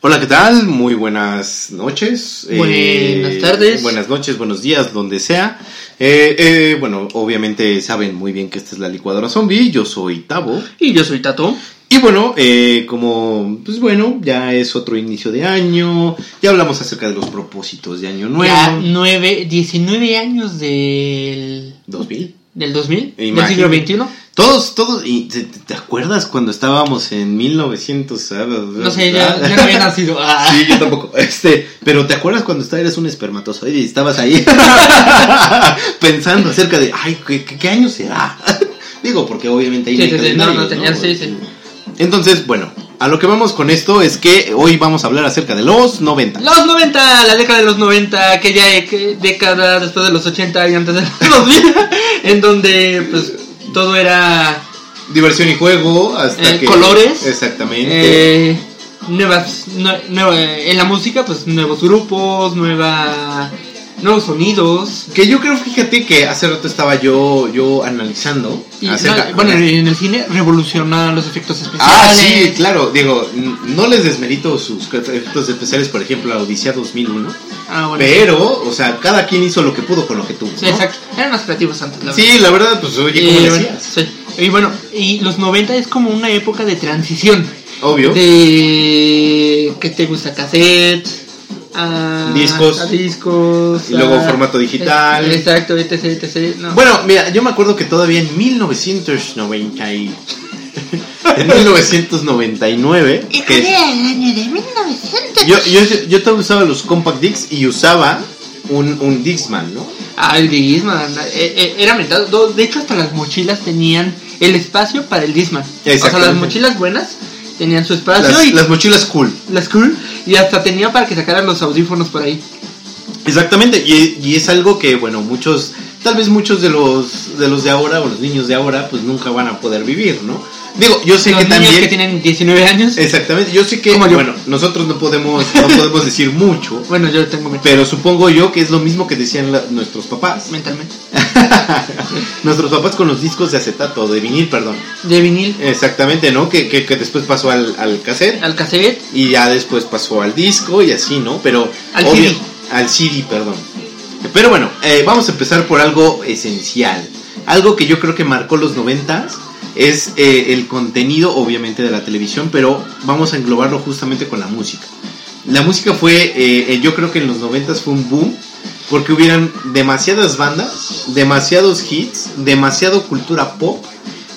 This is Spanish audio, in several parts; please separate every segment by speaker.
Speaker 1: Hola, ¿qué tal? Muy buenas noches.
Speaker 2: Buenas
Speaker 1: eh,
Speaker 2: tardes.
Speaker 1: Buenas noches, buenos días, donde sea. Eh, eh, bueno, obviamente saben muy bien que esta es la licuadora zombie. Yo soy Tavo.
Speaker 2: Y yo soy Tato.
Speaker 1: Y bueno, eh, como, pues bueno, ya es otro inicio de año. Ya hablamos acerca de los propósitos de año nuevo.
Speaker 2: Ya nueve, 19 años del,
Speaker 1: 2000.
Speaker 2: del 2000,
Speaker 1: Imagínate.
Speaker 2: del siglo XXI.
Speaker 1: Todos, todos, y te, te- te acuerdas cuando estábamos en Ah, 1900?
Speaker 2: No sé, ya, ya no había nacido. Ah.
Speaker 1: Sí, yo tampoco. Este, pero ¿te acuerdas cuando esta- eras un espermatozoide y estabas ahí pensando acerca de, ay, ¿qué, qué- qué año será? Digo, porque obviamente ahí
Speaker 2: Sí,
Speaker 1: hay
Speaker 2: sí, sí, no,
Speaker 1: calendarios,
Speaker 2: no tenía- sí, sí.
Speaker 1: Entonces, bueno, a lo que vamos con esto es que hoy vamos a hablar acerca de los 90.
Speaker 2: Los 90, la década de los 90, aquella e- que- década después de los 80 y antes de los 2000, en donde pues todo era
Speaker 1: Diversión y juego, hasta
Speaker 2: Eh,
Speaker 1: que...
Speaker 2: colores.
Speaker 1: Exactamente.
Speaker 2: eh, nuevas, nue- nueva- en la música pues nuevos grupos, nueva, nuevos sonidos.
Speaker 1: Que yo creo, fíjate que hace rato estaba yo, yo analizando
Speaker 2: Y,
Speaker 1: acerca...
Speaker 2: no, bueno, en el cine revolucionaron los efectos especiales.
Speaker 1: Ah, sí, claro, digo, n- no les desmerito sus efectos especiales, por ejemplo, la Odisea 2001,
Speaker 2: Ah, bueno.
Speaker 1: pero, o sea, cada quien hizo lo que pudo con lo que tuvo.
Speaker 2: Sí,
Speaker 1: ¿no?
Speaker 2: exacto. Eran más creativos antes, la
Speaker 1: Sí, la verdad, pues
Speaker 2: verdad.
Speaker 1: oye, ¿cómo
Speaker 2: Y,
Speaker 1: le
Speaker 2: bueno,
Speaker 1: hacías?
Speaker 2: sí. Y bueno, y los 90 es como una época de transición.
Speaker 1: Obvio.
Speaker 2: De. ¿Qué te gusta? Cassette. a-
Speaker 1: Discos.
Speaker 2: a discos.
Speaker 1: Y luego
Speaker 2: a-
Speaker 1: formato digital.
Speaker 2: Eh, Exacto, etc, etc. No.
Speaker 1: Bueno, mira, yo me acuerdo que todavía en 1990 y... en 1999, que es-
Speaker 2: año de 1900.
Speaker 1: yo, yo, yo todavía usaba los compact discs y usaba un, un Dixman, ¿no?
Speaker 2: Ah, el Disman. eh, eh, era mentado. Do- De hecho, hasta las mochilas tenían el espacio para el Disman. O sea, las
Speaker 1: Exactamente.
Speaker 2: mochilas buenas tenían su espacio
Speaker 1: Las,
Speaker 2: y
Speaker 1: las mochilas cool.
Speaker 2: las cool. Y hasta tenía para que sacaran los audífonos por ahí.
Speaker 1: Exactamente, y, y es algo que, bueno, muchos, tal vez muchos de los, de los de ahora o los niños de ahora, pues nunca van a poder vivir, ¿no? Digo, yo sé
Speaker 2: los
Speaker 1: que
Speaker 2: niños
Speaker 1: también...
Speaker 2: que tienen 19 años.
Speaker 1: Exactamente, yo sé que,
Speaker 2: Como yo.
Speaker 1: bueno, nosotros no podemos, no podemos decir mucho,
Speaker 2: Bueno, yo tengo men-
Speaker 1: pero supongo yo que es lo mismo que decían la- nuestros papás.
Speaker 2: mentalmente.
Speaker 1: nuestros papás con los discos de acetato, de vinil, perdón.
Speaker 2: De vinil eh,
Speaker 1: Exactamente, ¿no? Que, que, que después pasó al, al cassette.
Speaker 2: al cassette.
Speaker 1: y ya después pasó al disco y así, ¿no? Pero
Speaker 2: Al CD.
Speaker 1: al CD, perdón. Pero bueno, eh, vamos a empezar por algo esencial. Algo que yo creo que marcó los noventas es eh, el contenido, obviamente, de la televisión, pero vamos a englobarlo justamente con la música. La música fue, eh, eh, yo creo que en los noventas fue un boom, porque hubieran demasiadas bandas, demasiados hits, demasiado cultura pop,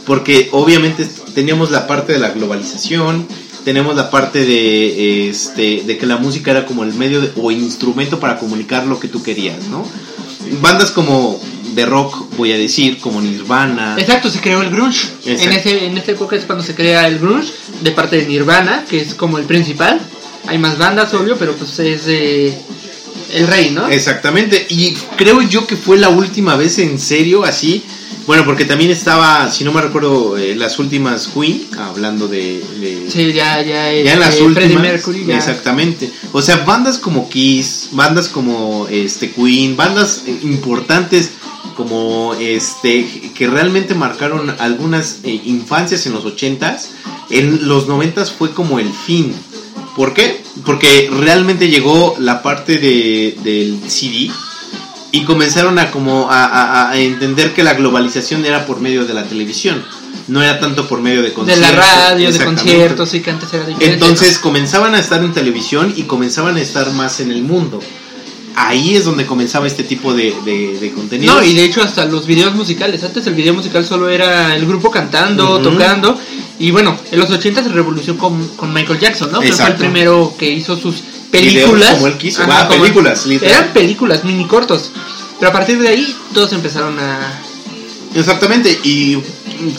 Speaker 1: porque obviamente teníamos la parte de la globalización, tenemos la parte de, este, de que la música era como el medio de- o instrumento para comunicar lo que tú querías, ¿no? Bandas como de rock, voy a decir, como Nirvana.
Speaker 2: Exacto, se creó el grunge. En,
Speaker 1: Ah. Exacto.
Speaker 2: ese, en esta época es cuando se crea el grunge de parte de Nirvana, que es como el principal. Hay más bandas, obvio, pero pues es eh, el rey, ¿no?
Speaker 1: Exactamente, y creo yo que fue la última vez en serio así. Bueno, porque también estaba, si no me recuerdo, eh, las últimas Queen, hablando de... de-
Speaker 2: Sí, ya, ya,
Speaker 1: Ya en las
Speaker 2: este, Freddie
Speaker 1: últimas.
Speaker 2: Mercury, ya.
Speaker 1: Exactamente. O sea, bandas como Kiss, bandas como este Queen, bandas eh, importantes como este que realmente marcaron algunas eh, infancias en los 80s, en los 90s fue como el fin. ¿Por qué? Porque realmente llegó la parte de, del CD y comenzaron a como a, a- a entender que la globalización era por medio de la televisión, no era tanto por medio de
Speaker 2: de
Speaker 1: conciertos.
Speaker 2: la radio, de
Speaker 1: Exactamente.
Speaker 2: conciertos, y que antes era diferente.
Speaker 1: Entonces comenzaban a estar en televisión y comenzaban a estar más en el mundo. Ahí es donde comenzaba este tipo de, de, de contenido.
Speaker 2: No, y de hecho hasta los videos musicales. Antes el video musical solo era el grupo cantando,
Speaker 1: Ujú.
Speaker 2: tocando. Y bueno, en los 80 se revolucionó con, con Michael Jackson, ¿no? Que fue el
Speaker 1: Exacto.
Speaker 2: primero que hizo sus
Speaker 1: Videos
Speaker 2: películas.
Speaker 1: como él quiso. Ah,
Speaker 2: como-
Speaker 1: películas, literal.
Speaker 2: Eran películas, mini cortos. Pero a partir de ahí todos empezaron a...
Speaker 1: Exactamente. Y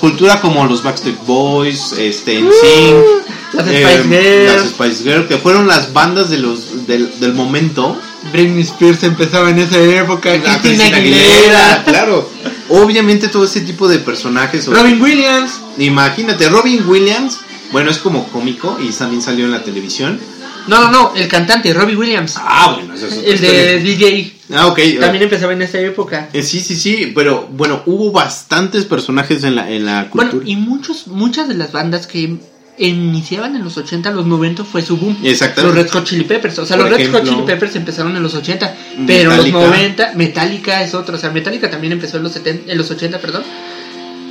Speaker 1: cultura como los Backstreet Boys, este, NSYNC,
Speaker 2: Uh, Las
Speaker 1: eh,
Speaker 2: Spice Girls,
Speaker 1: las Spice Girls, que fueron las bandas de los del, del momento.
Speaker 2: Britney Spears empezaba en esa época,
Speaker 1: La
Speaker 2: Christina
Speaker 1: Christina
Speaker 2: Aguilera,
Speaker 1: claro. Obviamente todo este tipo de personajes. o-
Speaker 2: Robin Williams.
Speaker 1: Imagínate, Robin Williams. Bueno, es como cómico y también salió en la televisión.
Speaker 2: No, no, no, el cantante, Robbie Williams.
Speaker 1: Ah, bueno, eso es otra
Speaker 2: El de
Speaker 1: historia.
Speaker 2: DJ.
Speaker 1: Ah, ok.
Speaker 2: También empezaba en esa época.
Speaker 1: Eh, sí, sí, sí, pero bueno, hubo bastantes personajes en la, en la cultura.
Speaker 2: Bueno, y muchos, muchas de las bandas que iniciaban en los 80, los 90 fue su boom. Los
Speaker 1: Exactamente.
Speaker 2: Red Hot Chili Peppers, o sea,
Speaker 1: Por
Speaker 2: los Red Hot
Speaker 1: ejemplo,
Speaker 2: Chili Peppers empezaron en los 80, pero en los
Speaker 1: Metallica.
Speaker 2: 90, Metallica es otro, o sea, Metallica también empezó en los 70, en los 80, perdón.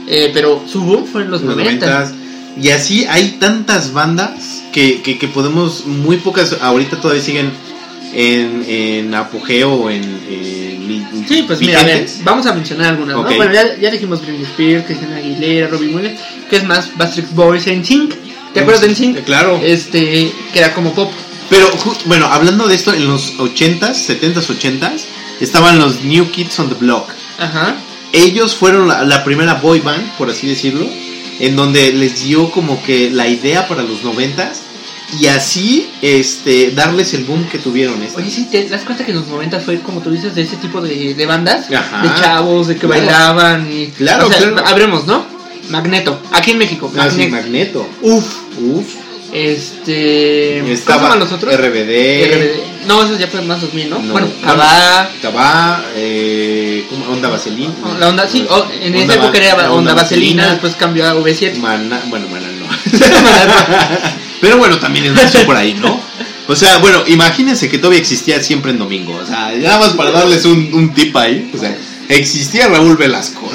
Speaker 2: Eh, pero su boom fue en los,
Speaker 1: los
Speaker 2: 90.
Speaker 1: noventas. Y así hay tantas bandas que, que, que podemos, muy pocas ahorita todavía siguen en, en apogeo o en, en-
Speaker 2: Sí, pues mira, a ver,
Speaker 1: vigentes.
Speaker 2: vamos a mencionar algunas,
Speaker 1: Ok.
Speaker 2: ¿no? Bueno, ya, ya dijimos Britney Spears, Cristina Aguilera, Robbie Williams, que es más Backstreet Boys en Sync. ¿Te acuerdas de
Speaker 1: Eh,
Speaker 2: Sync?
Speaker 1: Claro.
Speaker 2: Este, que era como pop.
Speaker 1: Pero ju- bueno, hablando de esto, en los 80s, 70s, 80s, estaban los New Kids on the Block.
Speaker 2: Ajá.
Speaker 1: Ellos fueron la, la primera boy band, por así decirlo, en donde les dio como que la idea para los 90s y así este darles el boom que tuvieron. Este.
Speaker 2: Oye, sí, ¿te das cuenta que en los 90 fue, como tú dices, de este tipo de, de bandas?
Speaker 1: Ajá.
Speaker 2: De chavos, de que
Speaker 1: Claro.
Speaker 2: bailaban y...
Speaker 1: Claro,
Speaker 2: o sea,
Speaker 1: claro.
Speaker 2: Hablemos, ¿no? Magneto, aquí en México.
Speaker 1: Ah, sí,
Speaker 2: Magneto.
Speaker 1: Magneto.
Speaker 2: Uf,
Speaker 1: Uf.
Speaker 2: este... ¿cómo se
Speaker 1: Estaba
Speaker 2: llaman los otros?
Speaker 1: RBD,
Speaker 2: RBD. No, esos ya fueron más 2000, ¿no?
Speaker 1: No.
Speaker 2: Bueno, Cabá...
Speaker 1: Cabá, eh, ¿cómo? Onda Vaselina.
Speaker 2: La onda, sí, o- en
Speaker 1: Onda
Speaker 2: esa
Speaker 1: Va-
Speaker 2: época era
Speaker 1: la
Speaker 2: onda, vaselina, después cambió a V7.
Speaker 1: Maná- bueno, Maná no. Pero bueno, también es mucho por ahí, ¿no? O sea, bueno, imagínense que todavía existía siempre en domingo. O sea, nada más para darles un, un tip ahí. O sea, existía Raúl Velasco.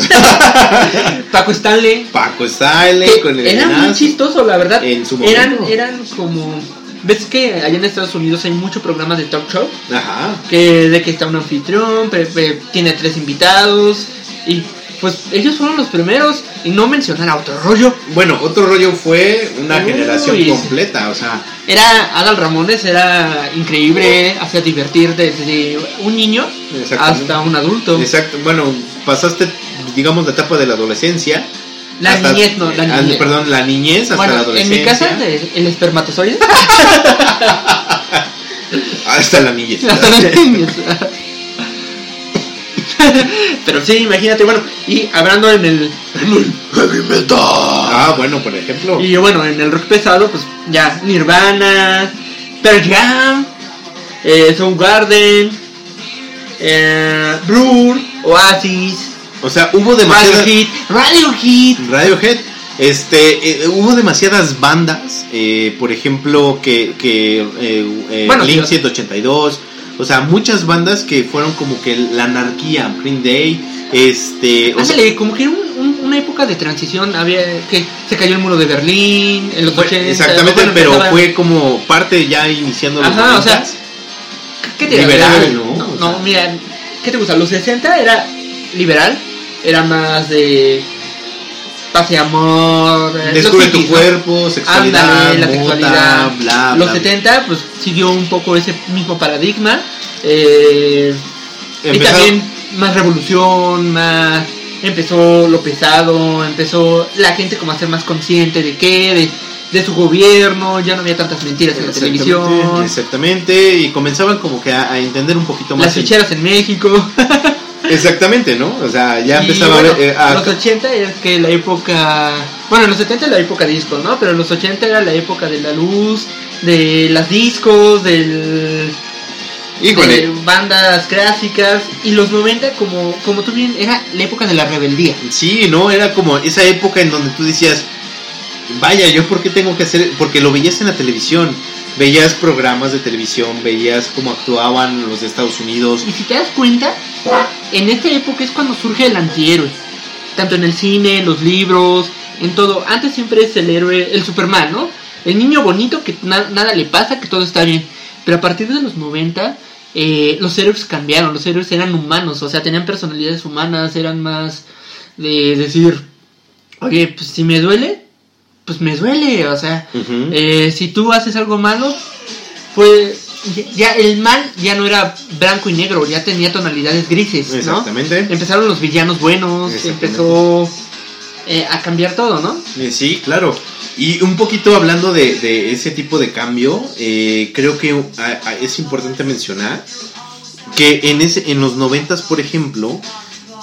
Speaker 2: Paco Stanley.
Speaker 1: Paco Stanley
Speaker 2: que
Speaker 1: con el
Speaker 2: era muy
Speaker 1: Venazo.
Speaker 2: chistoso, la verdad.
Speaker 1: En su
Speaker 2: eran,
Speaker 1: momento.
Speaker 2: eran como... ¿Ves que allá en Estados Unidos hay muchos programas de talk show?
Speaker 1: Ajá.
Speaker 2: que de que está un anfitrión, pe- pe- tiene tres invitados y pues ellos fueron los primeros y no mencionar a otro rollo.
Speaker 1: Bueno, otro rollo fue una
Speaker 2: Uy.
Speaker 1: generación completa. O sea,
Speaker 2: Era Adal Ramones, era increíble, hacía divertir desde un niño
Speaker 1: exactamente.
Speaker 2: hasta un adulto.
Speaker 1: Exacto, bueno, pasaste, digamos, la etapa de la adolescencia.
Speaker 2: La
Speaker 1: hasta-
Speaker 2: niñez, no, la
Speaker 1: ah,
Speaker 2: niñez.
Speaker 1: Perdón, la niñez hasta la
Speaker 2: bueno, en
Speaker 1: adolescencia.
Speaker 2: mi casa el, el espermatozoide
Speaker 1: Hasta la niñez.
Speaker 2: hasta la niñez. Pero sí, imagínate, bueno, y hablando en el
Speaker 1: Heavy metal. Ah, bueno, por ejemplo.
Speaker 2: Y bueno, en el rock pesado, pues ya Nirvana, Pearl Jam, eh, Soundgarden, eh, Blur, Oasis,
Speaker 1: O sea, hubo demasiadas.
Speaker 2: Radiohead, Radiohead.
Speaker 1: Radiohead. Este, eh, hubo demasiadas bandas, eh, por ejemplo, que, que eh, eh,
Speaker 2: Bueno,
Speaker 1: Blink
Speaker 2: sí.
Speaker 1: 182, o sea, muchas bandas que fueron como que la anarquía, Green Day, este, o sea,
Speaker 2: Ándale, como que era un- un- una época de transición, había que se cayó el muro de Berlín en los
Speaker 1: fue-
Speaker 2: 80.
Speaker 1: exactamente,
Speaker 2: bueno,
Speaker 1: pero
Speaker 2: empezaba-
Speaker 1: fue como parte ya iniciando los
Speaker 2: Ajá, o sea,
Speaker 1: 90s.
Speaker 2: ¿Qué te
Speaker 1: liberal,
Speaker 2: ¿no?
Speaker 1: ¿no?
Speaker 2: No,
Speaker 1: O sea.
Speaker 2: mira, ¿qué te gusta? Los 60 era liberal, era más de paz y amor, eh, los
Speaker 1: descubre tu
Speaker 2: hippies, ¿no?
Speaker 1: cuerpo, sexualidad,
Speaker 2: Ándale, la
Speaker 1: mota, bla,
Speaker 2: sexualidad.
Speaker 1: bla,
Speaker 2: los
Speaker 1: bla.
Speaker 2: 70 pues siguió un poco ese mismo paradigma eh, y
Speaker 1: Empezaron-
Speaker 2: también más revolución más empezó lo pesado empezó la gente como a ser más consciente de qué de, de su gobierno ya no había tantas mentiras en la
Speaker 1: Exactamente,
Speaker 2: televisión
Speaker 1: Exactamente, y comenzaban como que a, a entender un poquito más.
Speaker 2: las
Speaker 1: el-
Speaker 2: ficheras en México
Speaker 1: Exactamente, ¿no? O sea, ya
Speaker 2: Y,
Speaker 1: empezaba
Speaker 2: bueno,
Speaker 1: a, ver, eh, a-
Speaker 2: los 80 es que la época bueno en los 70 era la época disco no pero en los 80 era la época de la luz de las discos del de
Speaker 1: Híjole,
Speaker 2: bandas clásicas y los 90 como como tú bien era la época de la rebeldía
Speaker 1: sí, ¿no? Era como esa época en donde tú decías, vaya, ¿yo por qué tengo que hacer? Porque lo veías en la televisión, veías programas de televisión, veías cómo actuaban los de Estados Unidos.
Speaker 2: y si te das cuenta en esta época es cuando surge el antihéroe tanto en el cine en los libros en todo antes siempre es el héroe el Superman no el niño bonito que na- nada le pasa que todo está bien pero a partir de los 90 eh, los héroes cambiaron los héroes eran humanos o sea tenían personalidades humanas eran más de decir oye pues si me duele pues me duele o sea
Speaker 1: Ujú.
Speaker 2: Eh, si tú haces algo malo, fue ya el mal ya no era blanco y negro, ya tenía tonalidades grises, ¿no?
Speaker 1: Exactamente.
Speaker 2: Empezaron los villanos buenos,
Speaker 1: Exactamente.
Speaker 2: empezó eh, a cambiar todo, ¿no?
Speaker 1: Eh, Sí, claro. Y un poquito hablando de, de ese tipo de cambio, eh, creo que ah, ah, es importante mencionar que en, ese, en los noventas, por ejemplo,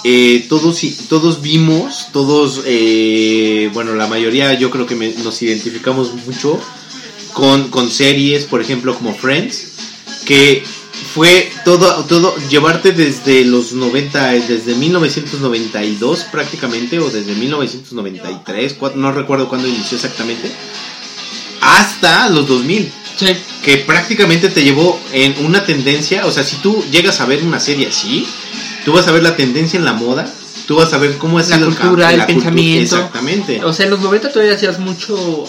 Speaker 1: eh, todos, y- todos vimos, todos, eh, bueno, la mayoría yo creo que me- nos identificamos mucho con, con series, por ejemplo, como Friends, que fue todo, todo, llevarte desde los 90, eh, desde 1992 prácticamente, o desde 1993, cua- no recuerdo cuándo inició exactamente, hasta los 2000,
Speaker 2: Sí,
Speaker 1: que prácticamente te llevó en una tendencia, o sea, si tú llegas a ver una serie así, tú vas a ver la tendencia en la moda, tú vas a ver cómo ha
Speaker 2: La
Speaker 1: sido cam-
Speaker 2: cultura, el
Speaker 1: cultu-
Speaker 2: pensamiento.
Speaker 1: Exactamente.
Speaker 2: o sea, en los 90 todavía hacías mucho,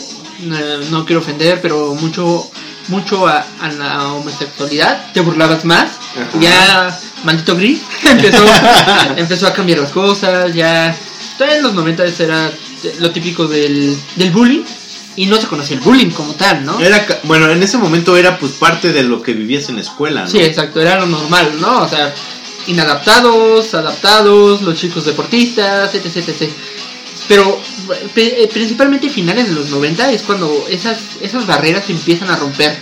Speaker 2: eh, no quiero ofender, pero mucho mucho a, a la homosexualidad, te burlabas más,
Speaker 1: Ajá.
Speaker 2: ya maldito gris empezó, empezó a cambiar las cosas, ya todavía en los 90 era lo típico del, del bullying y no se conocía el bullying como tal, ¿no?
Speaker 1: Era, ca- bueno, en ese momento era pues parte de lo que vivías en la escuela, ¿no?
Speaker 2: Sí, exacto, era lo normal, ¿no? O sea, inadaptados, adaptados, los chicos deportistas, etc, etc. Pero pe- eh, principalmente finales de los 90 es cuando esas, esas barreras se empiezan a romper.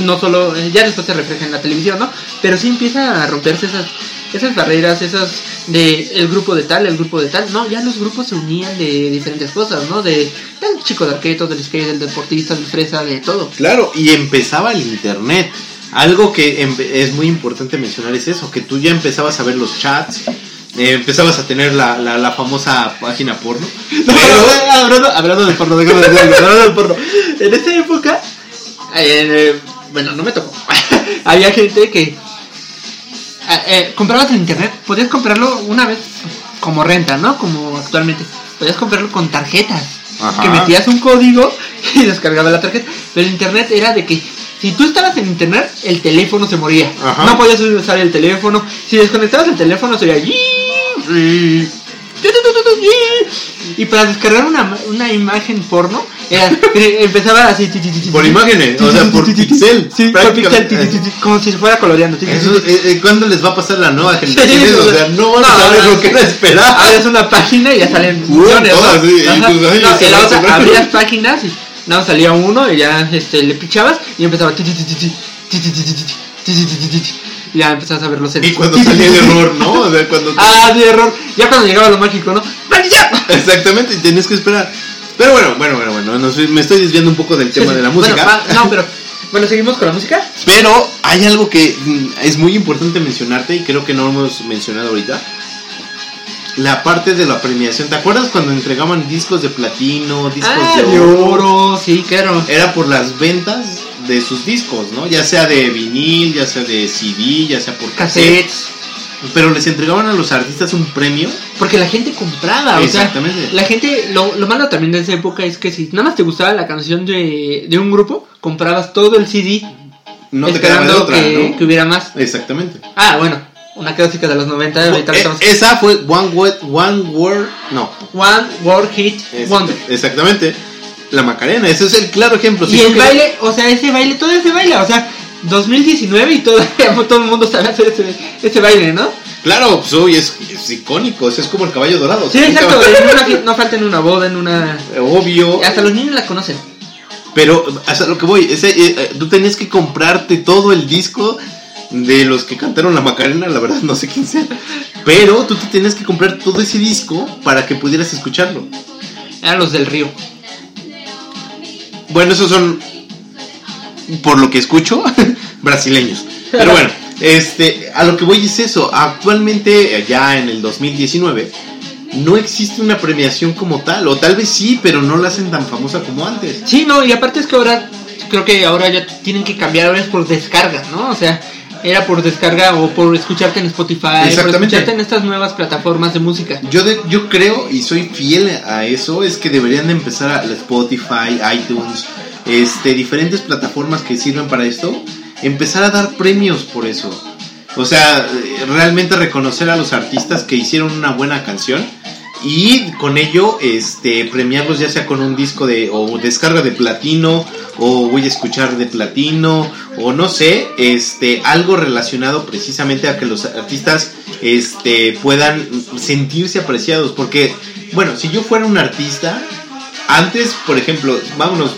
Speaker 2: No solo, eh, ya después se refleja en la televisión, ¿no? Pero sí empiezan a romperse esas, esas barreras, esas de el grupo de tal, el grupo de tal. No, ya los grupos se unían de diferentes cosas, ¿no? De, del chico de arqueto, del skate, del deportista, del fresa, de todo.
Speaker 1: Claro, y empezaba el internet. Algo que em- es muy importante mencionar es eso, que tú ya empezabas a ver los chats, eh, empezabas a tener la, la- la famosa página porno. Pero,
Speaker 2: hablando, hablando del porno, déjame decir algo, hablando del porno. En esa época, eh, bueno, no me tocó. Había gente que ah, eh, comprabas en internet, podías comprarlo una vez como renta, ¿no? Como actualmente. Podías comprarlo con tarjetas.
Speaker 1: Ajá.
Speaker 2: Que metías un código y descargaba la tarjeta. Pero el internet era de que si tú estabas en internet, el teléfono se moría.
Speaker 1: Ajá.
Speaker 2: No podías usar el teléfono. Si desconectabas el teléfono, sería. Y para descargar una, una imagen porno, era- empezaba así.
Speaker 1: por imágenes, o sea, por pixel.
Speaker 2: Sí, por
Speaker 1: prácticamente.
Speaker 2: pixel, como si fuera coloreando.
Speaker 1: Eso, eh, eh, ¿Cuándo les va a pasar la nueva
Speaker 2: Sí,
Speaker 1: generación? eso? o sea, no van a
Speaker 2: no,
Speaker 1: saber
Speaker 2: no, Ah,
Speaker 1: lo que no esperar.
Speaker 2: abres una página y ya salen
Speaker 1: Uy,
Speaker 2: millones, ¿no?
Speaker 1: todas, sí, y
Speaker 2: Ajá.
Speaker 1: tus años
Speaker 2: No,
Speaker 1: se
Speaker 2: y la
Speaker 1: van
Speaker 2: otra,
Speaker 1: sumando.
Speaker 2: abrías páginas y nada, salía uno y ya este, le pichabas y empezaba ti, ti, ti, ti, ti, ti, ti, ti, ti, ti, ti, ti, ti, ti, ti. y ya empezabas a ver los
Speaker 1: Y
Speaker 2: errores.
Speaker 1: cuando salía el error, ¿no? O sea, cuando.
Speaker 2: Ah, de error. Ya cuando llegaba lo mágico, ¿no? ¡Maldición!
Speaker 1: Exactamente, y tenías que esperar. Pero bueno, bueno, bueno, bueno, no sé, me estoy desviando un poco del tema de la
Speaker 2: Bueno,
Speaker 1: música.
Speaker 2: va- no, pero. Bueno, seguimos con la música.
Speaker 1: Pero hay algo que mm, es muy importante mencionarte y creo que no hemos mencionado ahorita. La parte de la premiación. ¿Te acuerdas cuando entregaban discos de platino, discos
Speaker 2: Ah,
Speaker 1: de oro?
Speaker 2: sí, claro.
Speaker 1: Era por las ventas de sus discos, ¿no? Ya sea de vinil, ya sea de CD, ya sea por cassette.
Speaker 2: Cassettes.
Speaker 1: Pero les entregaban a los artistas un premio.
Speaker 2: Porque la gente compraba, Ah, o sea.
Speaker 1: Exactamente.
Speaker 2: La gente, lo, lo malo también de esa época es que si nada más te gustaba la canción de, de un grupo, comprabas todo el CD
Speaker 1: no te quedaba de
Speaker 2: esperando
Speaker 1: otra,
Speaker 2: que,
Speaker 1: ¿no?
Speaker 2: que hubiera más.
Speaker 1: Exactamente.
Speaker 2: Ah, bueno, una clásica de los 90, ahorita
Speaker 1: Eh,
Speaker 2: estamos-
Speaker 1: esa fue One Word, One Word, no,
Speaker 2: One World Hit
Speaker 1: Exact-
Speaker 2: Wonder.
Speaker 1: Exactamente. La Macarena, ese es el claro ejemplo. Si
Speaker 2: Y
Speaker 1: tú
Speaker 2: el
Speaker 1: quieres-
Speaker 2: baile, o sea, ese baile, todavía se baila, o sea, 2019 y todavía todo el mundo sabe hacer ese, ese baile, ¿no?
Speaker 1: Claro, pues uy, es, es icónico, o sea, es como el caballo dorado. o
Speaker 2: Sí,
Speaker 1: sea, un
Speaker 2: exacto,
Speaker 1: caballo-
Speaker 2: en una fie- no falta en una boda, en una...
Speaker 1: Obvio.
Speaker 2: Hasta los niños la conocen.
Speaker 1: Pero hasta lo que voy, ese, eh, eh, tú tenías que comprarte todo el disco de los que cantaron la Macarena, la verdad no sé quién sea. Pero tú te tenías que comprar todo ese disco para que pudieras escucharlo.
Speaker 2: Eran los del río.
Speaker 1: Bueno, esos son, por lo que escucho, brasileños. Pero bueno, este, a lo que voy es eso. Actualmente, ya en el 2019, no existe una premiación como tal. O tal vez sí, pero no la hacen tan famosa como antes.
Speaker 2: Sí, no, y aparte es que ahora, creo que ahora ya tienen que cambiar, ahora es por descarga, ¿no? O sea, era por descarga o por escucharte en Spotify, por
Speaker 1: Exactamente.
Speaker 2: escucharte en estas nuevas plataformas de música.
Speaker 1: Yo, de- yo creo y soy fiel a eso, es que deberían de empezar a la Spotify, iTunes, este, diferentes plataformas que sirven para esto, empezar a dar premios por eso. O sea, eh, realmente reconocer a los artistas que hicieron una buena canción y con ello este, premiarlos ya sea con un disco de o descarga de platino o voy a escuchar de platino o no sé, este, algo relacionado precisamente a que los artistas este, puedan sentirse apreciados. Porque, bueno, si yo fuera un artista, antes, por ejemplo, vámonos,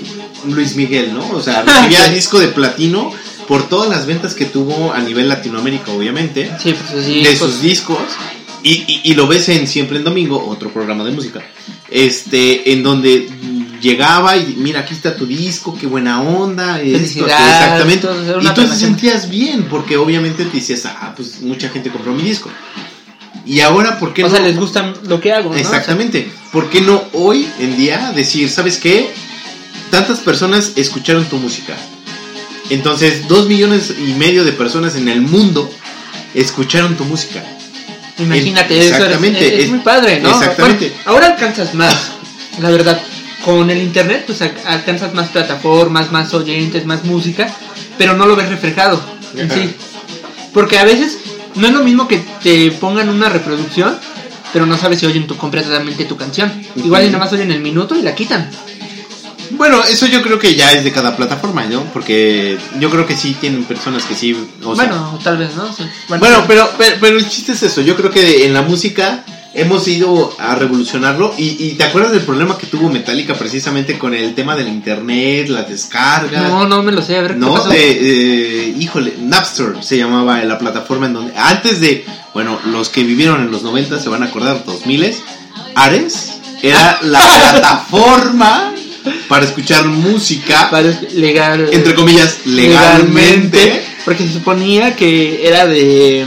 Speaker 1: Luis Miguel, ¿no? O sea, recibía
Speaker 2: Sí.
Speaker 1: disco de platino por todas las ventas que tuvo a nivel Latinoamérica, obviamente,
Speaker 2: Sí, pues sí.
Speaker 1: de
Speaker 2: pues,
Speaker 1: sus discos. Y, y- y lo ves en Siempre en Domingo, otro programa de música, este, en donde llegaba y mira, aquí está tu disco, qué buena onda, esto,
Speaker 2: Felicidad,
Speaker 1: exactamente.
Speaker 2: todo, era
Speaker 1: Y
Speaker 2: una
Speaker 1: tú te
Speaker 2: relación.
Speaker 1: sentías bien, porque obviamente te decías, ah, pues mucha gente compró mi disco. Y ahora, ¿por qué
Speaker 2: o
Speaker 1: no?
Speaker 2: sea, les gusta lo que hago, ¿no?
Speaker 1: Exactamente. ¿Por qué no hoy en día decir, ¿sabes qué? tantas personas escucharon tu música. Entonces, dos millones y medio de personas en el mundo escucharon tu música.
Speaker 2: Imagínate,
Speaker 1: El-
Speaker 2: eso es-
Speaker 1: exactamente,
Speaker 2: es, es
Speaker 1: es-
Speaker 2: muy padre, ¿no?
Speaker 1: exactamente.
Speaker 2: Bueno, ahora alcanzas más, la verdad. Con el internet, pues ac- alcanzas más plataformas, más oyentes, más música, pero no lo ves reflejado en
Speaker 1: Ajá.
Speaker 2: sí. Porque a veces no es lo mismo que te pongan una reproducción, pero no sabes si oyen tu, completamente tu canción.
Speaker 1: Ujú.
Speaker 2: Igual y nada más oyen el minuto y la quitan.
Speaker 1: Bueno, eso yo creo que ya es de cada plataforma, ¿no? Porque yo creo que sí tienen personas que sí. o sea,
Speaker 2: bueno, tal vez, ¿no? Sí.
Speaker 1: Bueno, pero, pero, pero el chiste es eso. Yo creo que en la música hemos ido a revolucionarlo. Y, y te acuerdas del problema que tuvo Metallica precisamente con el tema del internet, las descargas.
Speaker 2: No, no me lo sé, a ver qué
Speaker 1: No,
Speaker 2: pasó.
Speaker 1: de, eh, híjole, Napster se llamaba la plataforma en donde antes de, bueno, los que vivieron en los 90 se van a acordar, 2000 Ares era la plataforma para escuchar música,
Speaker 2: Varios legal.
Speaker 1: entre comillas, legalmente.
Speaker 2: porque se suponía que era de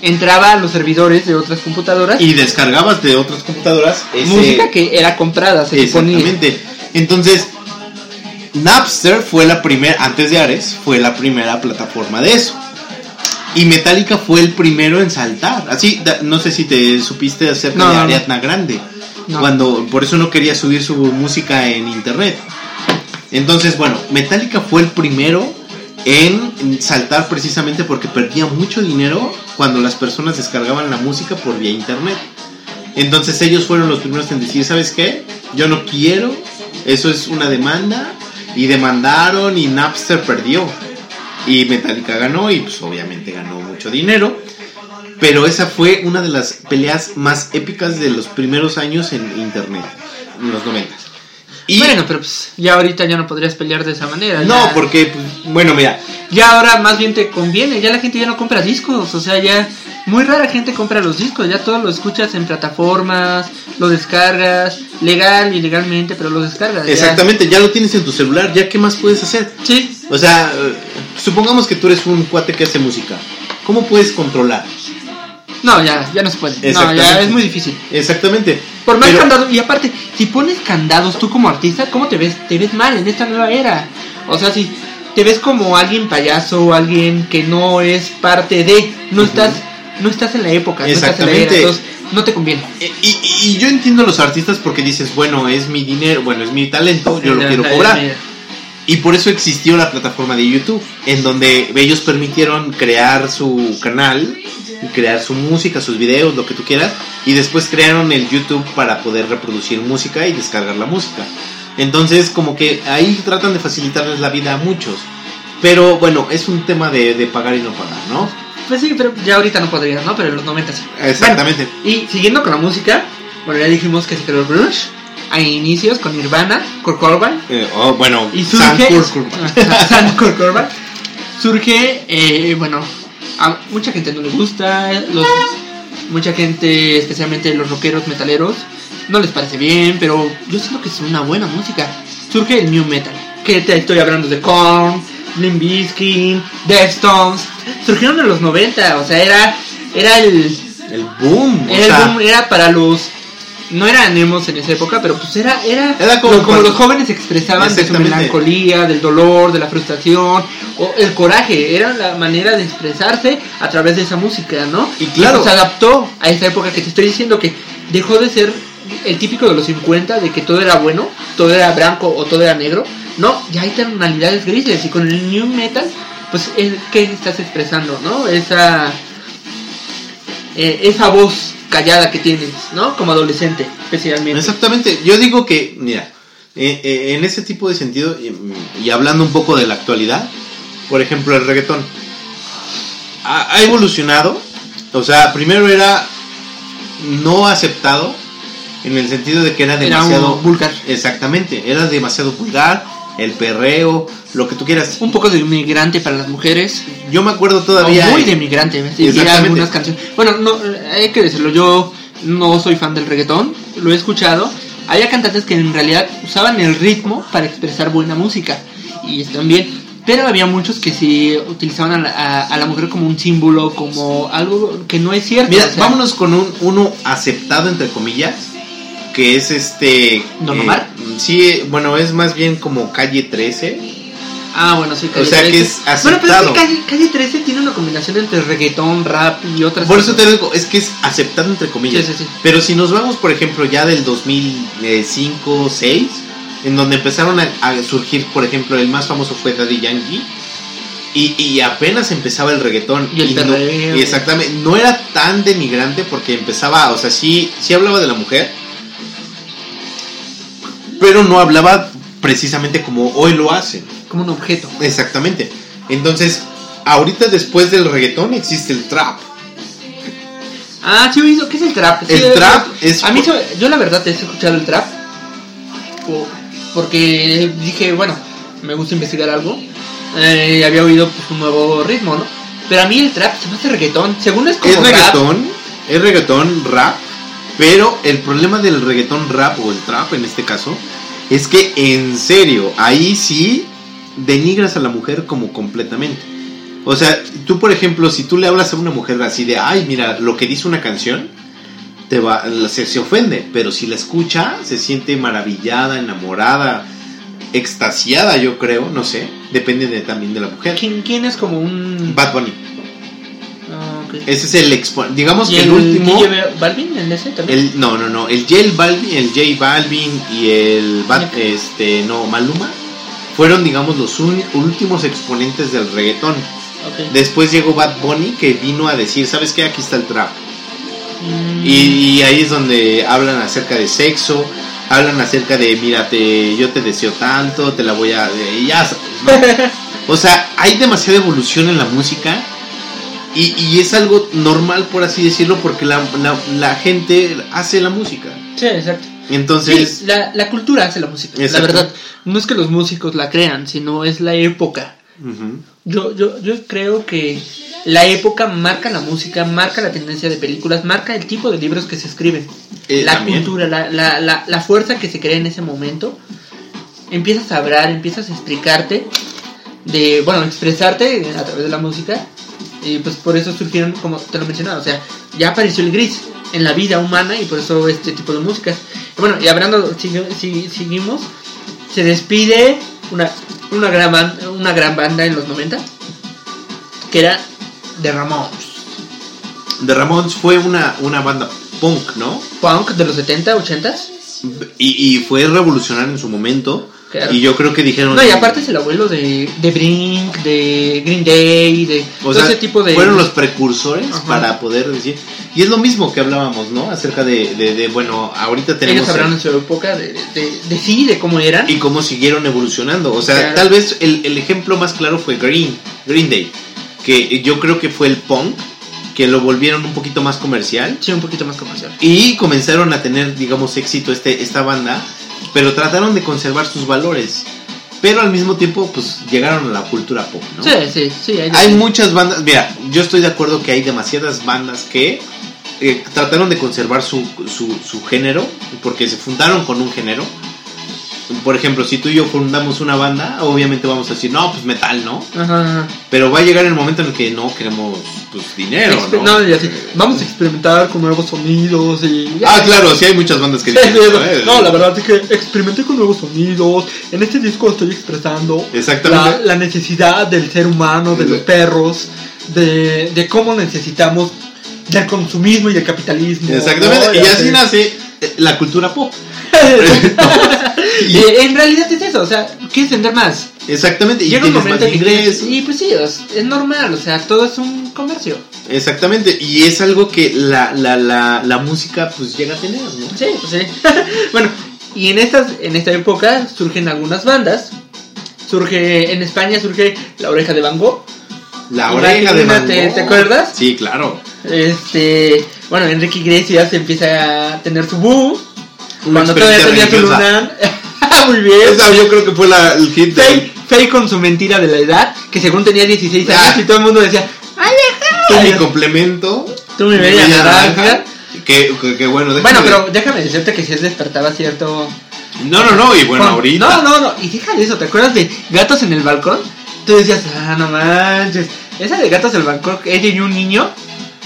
Speaker 2: entraba a los servidores de otras computadoras
Speaker 1: y descargabas de otras computadoras ese-
Speaker 2: música que era comprada se suponía
Speaker 1: Exactamente. Entonces, Napster fue la primera, antes de Ares, fue la primera plataforma de eso. Y Metallica fue el primero en saltar. Así, da- no sé si te supiste acerca
Speaker 2: No,
Speaker 1: de
Speaker 2: no, no.
Speaker 1: Ariadna Grande.
Speaker 2: No.
Speaker 1: Cuando, por eso no quería subir su música en internet. Entonces, bueno, Metallica fue el primero en saltar precisamente porque perdía mucho dinero cuando las personas descargaban la música por vía internet. Entonces ellos fueron los primeros en decir, ¿sabes qué? Yo no quiero, eso es una demanda. Y demandaron y Napster perdió. Y Metallica ganó y pues obviamente ganó mucho dinero. Pero esa fue una de las peleas más épicas de los primeros años en Internet, en los 90. Y
Speaker 2: bueno pero pues ya ahorita ya no podrías pelear de esa manera
Speaker 1: no,
Speaker 2: ya,
Speaker 1: porque, pues, bueno, mira,
Speaker 2: ya ahora más bien te conviene ya la gente ya no compra discos o sea ya muy rara gente compra los discos ya todo lo escuchas en plataformas lo descargas legal ilegalmente pero lo descargas ya.
Speaker 1: exactamente, ya lo tienes en tu celular, ya qué más puedes hacer.
Speaker 2: sí
Speaker 1: O sea, eh, supongamos que tú eres un cuate que hace música. ¿Cómo puedes controlar?
Speaker 2: no ya ya no se puede no ya
Speaker 1: Exactamente.
Speaker 2: es muy difícil
Speaker 1: Exactamente.
Speaker 2: Por más
Speaker 1: Pero-
Speaker 2: candados, y aparte, si pones candados tú como artista, ¿cómo te ves? Te ves mal en esta nueva era. O sea, si te ves como alguien payaso, alguien que no es parte de, no
Speaker 1: Ujú.
Speaker 2: estás, no estás en la época, no estás en la era,
Speaker 1: Exactamente.
Speaker 2: entonces no te conviene.
Speaker 1: eh, Y, y- y yo entiendo a los artistas porque dices, bueno, es mi dinero, bueno, es mi talento, Oh, yo lo quiero cobrar. Y por eso existió la plataforma de YouTube, en donde ellos permitieron crear su canal, crear su música, sus videos, lo que tú quieras, y después crearon el YouTube para poder reproducir música y descargar la música. Entonces, como que ahí tratan de facilitarles la vida a muchos. Pero bueno, es un tema de, de pagar y no pagar, ¿no?
Speaker 2: Pues sí, pero ya ahorita no podrías, ¿no? Pero en los 90 sí.
Speaker 1: Exactamente.
Speaker 2: Y siguiendo con la música, bueno, ya dijimos que se creó el grunge a inicios con Nirvana, Kurt Cobain,
Speaker 1: Eh, oh, bueno,
Speaker 2: Y surge.
Speaker 1: Sam Cooke-
Speaker 2: Sam Cooke Corban. Surge, eh, bueno, a mucha gente no le gusta. los- mucha gente, especialmente los rockeros metaleros, no les parece bien, pero yo siento que es una buena música. Surge el new metal. Que te estoy hablando de Korn, Limp Bizkit, Deftones. Surgieron en los 90, o sea, era, era el.
Speaker 1: El boom. o
Speaker 2: Era, el
Speaker 1: sea,
Speaker 2: boom, era para los. No eran emos en esa época, pero pues era. Era,
Speaker 1: Era como
Speaker 2: lo- como
Speaker 1: cuando-
Speaker 2: los jóvenes expresaban de su
Speaker 1: Exactamente.
Speaker 2: melancolía, del dolor, de la frustración, o el coraje. Era la manera de expresarse a través de esa música, ¿no? pues,
Speaker 1: Y claro.
Speaker 2: Se adaptó a esa época que te estoy diciendo que dejó de ser el típico de los 50, de que todo era bueno, todo era blanco o todo era negro. No, ya hay tonalidades grises y con el new metal, pues, es, ¿qué estás expresando, no? Esa eh, esa voz callada que tienes, ¿no? Como adolescente, especialmente.
Speaker 1: Exactamente, yo digo que, mira, eh, eh, en ese tipo de sentido, y, mm, y hablando un poco de la actualidad, por ejemplo, el reggaetón ha, ha evolucionado, o sea, primero era no aceptado, en el sentido de que era
Speaker 2: Era un
Speaker 1: demasiado
Speaker 2: vulgar.
Speaker 1: Exactamente, era demasiado vulgar, el perreo, lo que tú quieras.
Speaker 2: Un poco de migrante para las mujeres.
Speaker 1: Yo me acuerdo todavía...
Speaker 2: O muy de
Speaker 1: eh,
Speaker 2: migrante, sí, sí,
Speaker 1: Exactamente.
Speaker 2: algunas canciones. Bueno, no, eh, hay que decirlo, yo no soy fan del reggaetón, lo he escuchado. Había cantantes que en realidad usaban el ritmo para expresar buena música y están bien. Pero había muchos que sí utilizaban a la, a- a la mujer como un símbolo, como algo que no es cierto.
Speaker 1: Mira,
Speaker 2: o sea,
Speaker 1: vámonos con un, uno aceptado, entre comillas, que es este...
Speaker 2: ¿Don
Speaker 1: eh,
Speaker 2: Omar?
Speaker 1: sí, bueno, es más bien como calle 13.
Speaker 2: Ah, bueno, sí, Calle
Speaker 1: O sea,
Speaker 2: 13.
Speaker 1: que es
Speaker 2: Bueno, pero es que
Speaker 1: aceptado.
Speaker 2: calle, Calle 13 tiene una combinación entre reggaetón, rap y otras
Speaker 1: Por eso
Speaker 2: cosas.
Speaker 1: te digo, es que es aceptado entre comillas.
Speaker 2: Sí, sí, sí.
Speaker 1: Pero si nos vamos, por ejemplo, ya del 2005 6 en donde empezaron a, a surgir, por ejemplo, el más famoso fue Daddy Yankee. Y, y apenas empezaba el reggaetón.
Speaker 2: Y el
Speaker 1: no-
Speaker 2: perreo.
Speaker 1: y exactamente. No era tan denigrante porque empezaba, o sea, sí, sí hablaba de la mujer. Pero no hablaba precisamente como hoy lo hacen.
Speaker 2: Como un objeto.
Speaker 1: Exactamente. Entonces, ahorita después del reggaetón existe el trap.
Speaker 2: Ah, sí, he visto. ¿Qué es el trap? Sí,
Speaker 1: El
Speaker 2: he-
Speaker 1: trap es-
Speaker 2: A mí, se- yo la verdad he escuchado el trap. po- Porque dije, bueno, me gusta investigar algo. Eh, había oído pues, un nuevo ritmo, ¿no? Pero a mí el trap se me hace reggaetón. Según es como
Speaker 1: es
Speaker 2: rap.
Speaker 1: reggaetón, es reggaetón rap, pero el problema del reggaetón rap o el trap en este caso es que en serio, ahí sí denigras a la mujer como completamente. O sea, tú por ejemplo, si tú le hablas a una mujer así de, ay, mira, lo que dice una canción, te va, se, se ofende, pero si la escucha, se siente maravillada, enamorada, extasiada, yo creo, no sé, depende de- también de la mujer.
Speaker 2: ¿Quién, quién es como un...?
Speaker 1: Bad Bunny,
Speaker 2: Ah, ok.
Speaker 1: ese es el expo, digamos
Speaker 2: ¿Y
Speaker 1: que el, último...
Speaker 2: DJ Balvin en ese también?
Speaker 1: El, no, no, no. El J Balvin, el J Balvin y el Bad- este, no, Maluma fueron, digamos, los un- últimos exponentes del reggaetón.
Speaker 2: Ok.
Speaker 1: Después llegó Bad Bunny que vino a decir, ¿sabes qué? Aquí está el trap.
Speaker 2: Mm.
Speaker 1: Y, y ahí es donde hablan acerca de sexo, hablan acerca de, mira, te- yo te deseo tanto, te la voy a... eh, y ya sabes, ¿no? o sea, hay demasiada evolución en la música y, y es algo normal, por así decirlo, porque la, la- la gente hace la música.
Speaker 2: Mm, Sí, exacto.
Speaker 1: Entonces,
Speaker 2: Sí, la, la cultura hace la música,
Speaker 1: Exacto.
Speaker 2: la verdad. No es que los músicos la crean, sino es la época.
Speaker 1: ujú,
Speaker 2: Yo, yo, yo creo que la época marca la música, marca la tendencia de películas, marca el tipo de libros que se escriben.
Speaker 1: Eh,
Speaker 2: la
Speaker 1: también.
Speaker 2: cultura, la, la, la, la fuerza que se crea en ese momento. Empiezas a hablar, empiezas a explicarte, de, bueno, expresarte a través de la música. Y pues por eso surgieron, como te lo mencionaba, o sea, ya apareció el gris en la vida humana y por eso este tipo de músicas. Y bueno, y hablando, sigue- si- seguimos, se despide una, una, gran ban- una gran banda en los 90 que era de Ramones.
Speaker 1: The Ramones fue una, una banda punk, ¿no?
Speaker 2: Punk de los 70, 80
Speaker 1: Y, y fue revolucionario en su momento.
Speaker 2: Claro.
Speaker 1: Y yo creo que dijeron...
Speaker 2: No, y aparte es el abuelo de, de Brink, de Green Day, de
Speaker 1: O
Speaker 2: todo
Speaker 1: sea,
Speaker 2: ese tipo de.
Speaker 1: fueron los precursores
Speaker 2: Ajá.
Speaker 1: para poder decir. Y es lo mismo que hablábamos, ¿no? Acerca de, de- de, bueno, ahorita tenemos.
Speaker 2: Ellos hablaron en su época de, de- de sí, de cómo eran.
Speaker 1: Y cómo siguieron evolucionando. O sea,
Speaker 2: Claro.
Speaker 1: tal vez el, el ejemplo más claro fue Green, Green Day. Que yo creo que fue el punk, que lo volvieron un poquito más comercial.
Speaker 2: Sí, un poquito más comercial.
Speaker 1: Y comenzaron a tener, digamos, éxito este, esta banda. Pero trataron de conservar sus valores. Pero al mismo tiempo, pues llegaron a la cultura pop, ¿no?
Speaker 2: Sí, sí, sí. Hay,
Speaker 1: Hay muchas bandas, mira, yo estoy de acuerdo que hay demasiadas bandas que eh, trataron de conservar su, su, su género, porque se fundaron con un género. Por ejemplo, si tú y yo fundamos una banda, obviamente vamos a decir, no, pues metal, ¿no?
Speaker 2: Ajá.
Speaker 1: Pero va a llegar el momento en el que no queremos pues, dinero,
Speaker 2: Exper-
Speaker 1: ¿no?
Speaker 2: no, y así, Vamos a experimentar con nuevos sonidos y.
Speaker 1: Ah, claro, sí hay muchas bandas que dicen eso, ¿eh?
Speaker 2: No, la verdad es que experimenté con nuevos sonidos. En este disco estoy expresando la,
Speaker 1: Exactamente.
Speaker 2: la necesidad del ser humano, de los perros, de, de cómo necesitamos del consumismo y del capitalismo.
Speaker 1: Exactamente.
Speaker 2: ¿no?
Speaker 1: Y así
Speaker 2: así-
Speaker 1: nace eh, la cultura pop.
Speaker 2: Y, eh, en realidad es eso, o sea, quieres vender más.
Speaker 1: Exactamente. Y
Speaker 2: Llega un
Speaker 1: tienes más
Speaker 2: momento que
Speaker 1: ingresos.
Speaker 2: Y pues sí, es, es normal, o sea, todo es un comercio.
Speaker 1: Exactamente, y es algo que la, la, la, la música pues llega a tener, ¿no?
Speaker 2: Sí, pues sí. bueno, y en estas, en esta época surgen algunas bandas. Surge, en España surge La Oreja de Van Gogh.
Speaker 1: La
Speaker 2: Una
Speaker 1: oreja de
Speaker 2: divina,
Speaker 1: Van
Speaker 2: ¿te-
Speaker 1: Gogh.
Speaker 2: te acuerdas?
Speaker 1: Sí, claro.
Speaker 2: Este, bueno, Enrique Iglesias empieza a tener su boom.
Speaker 1: Una
Speaker 2: Cuando todavía tenía
Speaker 1: experiencia
Speaker 2: su
Speaker 1: religiosa.
Speaker 2: lunar. Muy bien.
Speaker 1: Esa yo creo que fue la, el hit de-
Speaker 2: Faye, Faye con su mentira de la edad, que según tenía 16 años
Speaker 1: Ah.
Speaker 2: y todo el mundo decía,
Speaker 1: Tú mi
Speaker 2: Alejandro.
Speaker 1: complemento.
Speaker 2: Tú mi bella naranja.
Speaker 1: Que, que, que bueno,
Speaker 2: Bueno,
Speaker 1: déjame-
Speaker 2: pero déjame decirte que si él despertaba cierto...
Speaker 1: No, no, no, y bueno,
Speaker 2: Con-
Speaker 1: ahorita.
Speaker 2: No, no, no. Y déjale eso, ¿te acuerdas de Gatos en el Balcón? Tú decías, ah, no manches. Esa de Gatos en el Balcón, ella y un niño.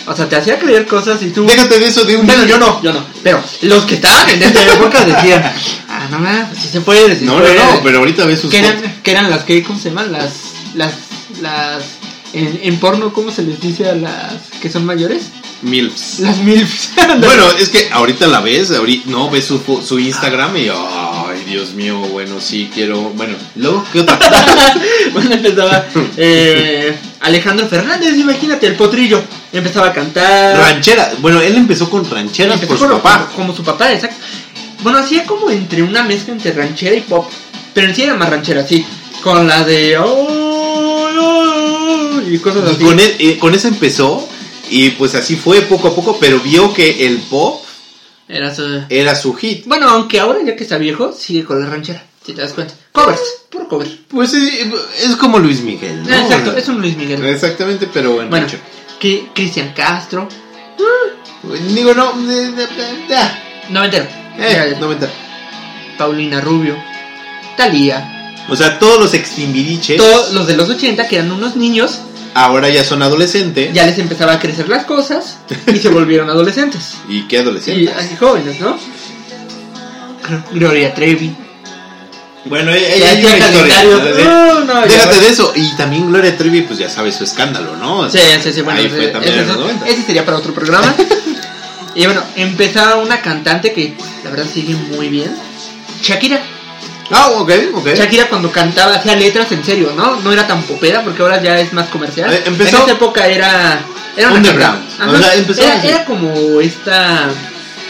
Speaker 2: O sea, te hacía creer cosas y tú...
Speaker 1: Déjate de eso de un
Speaker 2: Bueno, yo no, yo no. Pero los que estaban en esa época decían, Ah, no mames, si se fue. si se
Speaker 1: No, no,
Speaker 2: fue.
Speaker 1: no, pero ahorita ves sus
Speaker 2: Que
Speaker 1: fotos.
Speaker 2: eran, que eran las que, ¿cómo se llaman? Las, las, las, en, en porno, ¿cómo se les dice a las que son mayores?
Speaker 1: milfs.
Speaker 2: Las milfs. Las-
Speaker 1: Bueno, es que ahorita la ves, ahorita, no, ves su, fo- su Instagram y, ay, Dios mío, bueno, sí, quiero, bueno, luego, ¿qué otra?
Speaker 2: Bueno, empezaba eh, Alejandro Fernández, imagínate, el potrillo. Empezaba a cantar.
Speaker 1: Ranchera, bueno, él empezó con rancheras
Speaker 2: Empezó
Speaker 1: por su
Speaker 2: como-
Speaker 1: papá.
Speaker 2: Como, su papá, exacto. Bueno, hacía como entre una mezcla entre ranchera y pop. Pero en sí era más ranchera, sí. Con la de. "Oh, oh, oh", y cosas
Speaker 1: Y
Speaker 2: así.
Speaker 1: con, él- eh, con eso empezó y pues así fue poco a poco, pero vio que el pop
Speaker 2: Era su-
Speaker 1: era su hit.
Speaker 2: Bueno, aunque ahora ya que está viejo, sigue con la ranchera, si te das cuenta. Covers, puro cover.
Speaker 1: Pues eh, es, como Luis Miguel, ¿no? eh.
Speaker 2: Exacto, es un Luis Miguel.
Speaker 1: Exactamente, pero bueno.
Speaker 2: Bueno,
Speaker 1: mucho.
Speaker 2: que Cristian Castro,
Speaker 1: Digo, no, eh, eh, eh, ah,
Speaker 2: noventero.
Speaker 1: eh,
Speaker 2: Ya,
Speaker 1: no me enter-
Speaker 2: Paulina Rubio, Talía,
Speaker 1: O sea, todos los extimbiriches
Speaker 2: todos los de los 80 que eran unos niños,
Speaker 1: ahora ya son adolescentes.
Speaker 2: ya les empezaba a crecer las cosas y se volvieron adolescentes.
Speaker 1: ¿Y qué
Speaker 2: Y
Speaker 1: adolescentes?
Speaker 2: así jóvenes, ¿no? Gr- Gloria Trevi.
Speaker 1: Bueno, eh, eh,
Speaker 2: Ya
Speaker 1: hay una
Speaker 2: hacía
Speaker 1: historia.
Speaker 2: calendario.
Speaker 1: ¿no? De-
Speaker 2: No, no, ya
Speaker 1: Déjate
Speaker 2: va.
Speaker 1: de eso. Y también Gloria Trevi, pues ya sabes su escándalo, ¿no? O
Speaker 2: Sí,
Speaker 1: sea,
Speaker 2: sí, sí, bueno,
Speaker 1: Ahí
Speaker 2: ese,
Speaker 1: fue también
Speaker 2: ese-
Speaker 1: en los 90.
Speaker 2: ese sería para otro programa. y bueno, empezaba una cantante que la verdad sigue muy bien. Shakira.
Speaker 1: Ah, ok, ok.
Speaker 2: Shakira cuando cantaba hacía letras en serio, ¿no? No era tan popera porque ahora ya es más comercial.
Speaker 1: Eh, empezó-
Speaker 2: en esa época era era una
Speaker 1: Underground.
Speaker 2: cantante. Ajá.
Speaker 1: O sea, empezó
Speaker 2: era,
Speaker 1: así.
Speaker 2: era como esta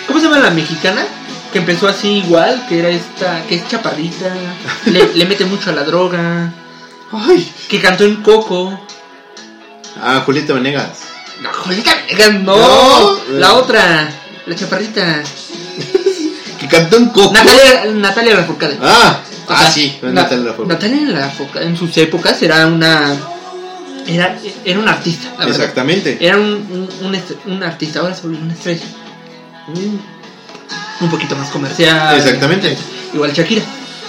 Speaker 2: ¿Cómo se llama la mexicana? Que empezó así igual, que era esta, que es chaparrita, le, le mete mucho a la droga,
Speaker 1: Ay.
Speaker 2: que cantó en Coco.
Speaker 1: Ah, Julieta Venegas.
Speaker 2: No, Julieta Venegas, no.
Speaker 1: No.
Speaker 2: La otra, la chaparrita.
Speaker 1: Que cantó en Coco.
Speaker 2: Natalia, Natalia Lafourcade.
Speaker 1: Ah,
Speaker 2: O
Speaker 1: ah
Speaker 2: sea,
Speaker 1: sí,
Speaker 2: Na-
Speaker 1: Natalia Lafourcade.
Speaker 2: Natalia Lafourcade en sus épocas era una. Era, era un artista, la verdad.
Speaker 1: Exactamente.
Speaker 2: Era un, un- un est- un artista, ahora se volvió una estrella. Mm, Un poquito más comercial.
Speaker 1: Exactamente.
Speaker 2: Igual Shakira.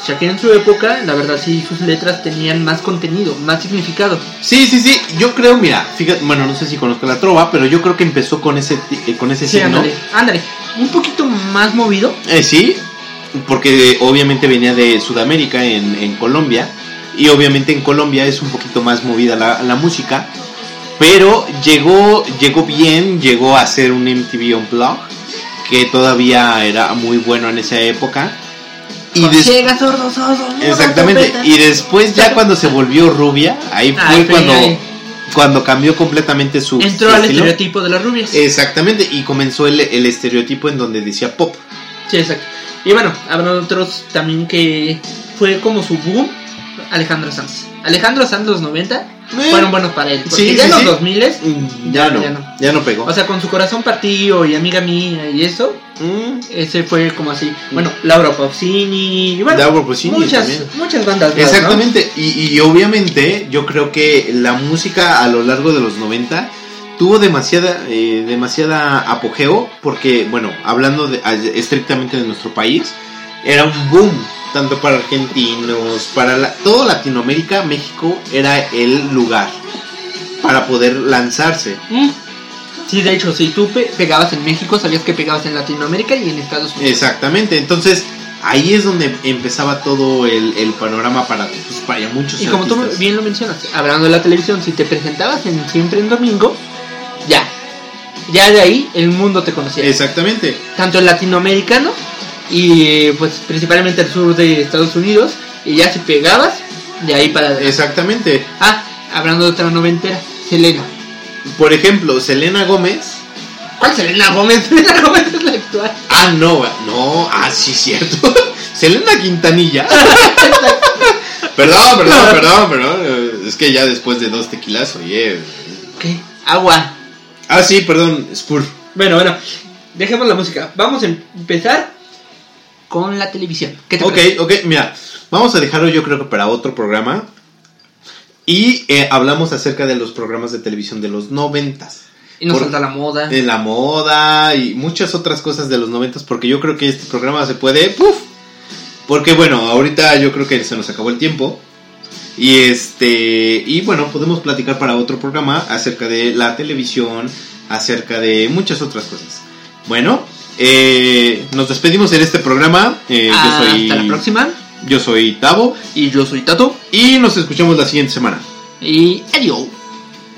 Speaker 2: Shakira en su época, la verdad sí, sus letras tenían más contenido, más significado.
Speaker 1: Sí, sí, sí. Yo creo, mira, fíjate, bueno, no sé si conozco la trova, pero yo creo que empezó con ese, ti- eh, con ese
Speaker 2: Sí,
Speaker 1: signo.
Speaker 2: ándale, ándale. Un poquito más movido,
Speaker 1: Eh, sí, porque eh, obviamente venía de Sudamérica, en, en Colombia, y obviamente en Colombia es un poquito más movida la, la música, pero llegó, llegó bien, llegó a ser un MTV Unplugged, que todavía era muy bueno en esa época. Y
Speaker 2: Con
Speaker 1: des-
Speaker 2: ciega, sordo, sordo, muda,
Speaker 1: Exactamente,
Speaker 2: trompeta.
Speaker 1: y después ya cuando se volvió rubia, ahí fue
Speaker 2: Ay, Ah, sí,
Speaker 1: cuando,
Speaker 2: ahí.
Speaker 1: cuando cambió completamente su...
Speaker 2: Entró
Speaker 1: su
Speaker 2: al
Speaker 1: estilo.
Speaker 2: estereotipo de las rubias.
Speaker 1: Exactamente, y comenzó el, el estereotipo en donde decía pop.
Speaker 2: Sí, exacto. Y bueno, habrá otros también que fue como su boom, Alejandro Sanz. Alejandro Sanz los 90 fueron buenos para él. Porque
Speaker 1: Sí,
Speaker 2: ya
Speaker 1: sí,
Speaker 2: en los
Speaker 1: sí.
Speaker 2: 2000
Speaker 1: Mm, Ya,
Speaker 2: Ya,
Speaker 1: no,
Speaker 2: ya
Speaker 1: ya
Speaker 2: no.
Speaker 1: no, pegó.
Speaker 2: o sea, con su corazón partido y amiga mía y eso,
Speaker 1: Mm,
Speaker 2: ese fue como así. Bueno, Laura Pausini y bueno,
Speaker 1: Laura Pausini
Speaker 2: muchas,
Speaker 1: pues, también.
Speaker 2: muchas bandas. más, ¿no?
Speaker 1: Exactamente, y, y obviamente yo creo que la música a lo largo de los 90 tuvo demasiada, eh, demasiada apogeo porque, bueno, hablando de- a- estrictamente de nuestro país, era un boom, tanto para argentinos, para la- todo Latinoamérica, México era el lugar para poder lanzarse.
Speaker 2: Mm. Sí, de hecho, si tú pe- pegabas en México, sabías que pegabas en Latinoamérica y en Estados Unidos.
Speaker 1: Exactamente, entonces ahí es donde empezaba todo el, el panorama para, pues, para muchos.
Speaker 2: Y como tú
Speaker 1: artistas.
Speaker 2: bien lo mencionas, hablando de la televisión, si te presentabas en siempre en domingo, ya. Ya de ahí el mundo te conocía.
Speaker 1: Exactamente.
Speaker 2: Tanto el latinoamericano y pues principalmente el sur de Estados Unidos. Y ya si pegabas, de ahí para adelante.
Speaker 1: Exactamente.
Speaker 2: Ah, hablando de otra noventera, Selena.
Speaker 1: Por ejemplo, Selena Gómez.
Speaker 2: ¿Cuál Selena Gómez? Selena Gómez es la actual.
Speaker 1: Ah, no, no, ah, sí, cierto. Selena Quintanilla. perdón, perdón, perdón, perdón. eh, Es que ya después de dos tequilas, oye.
Speaker 2: ¿Qué? Agua.
Speaker 1: Ah, sí, perdón, Spur.
Speaker 2: Bueno, bueno, dejemos la música. Vamos a empezar con la televisión. ¿Qué te
Speaker 1: Ok,
Speaker 2: parece?
Speaker 1: ok, mira, vamos a dejarlo yo creo que para otro programa. Y eh, hablamos acerca de los programas de televisión de los noventas.
Speaker 2: Y nos
Speaker 1: Por- Eh,
Speaker 2: salta la moda.
Speaker 1: En la moda y muchas otras cosas de los noventas, porque yo creo que este programa se puede. ¡puf! Porque bueno, ahorita yo creo que se nos acabó el tiempo. Y este. Y bueno, podemos platicar para otro programa acerca de la televisión, acerca de muchas otras cosas. Bueno, Eh, nos despedimos en este programa. Eh,
Speaker 2: Ah, Hasta
Speaker 1: yo soy.
Speaker 2: la próxima.
Speaker 1: Yo soy Tavo.
Speaker 2: Y yo soy Tato.
Speaker 1: Y nos escuchamos la siguiente semana.
Speaker 2: Y adiós.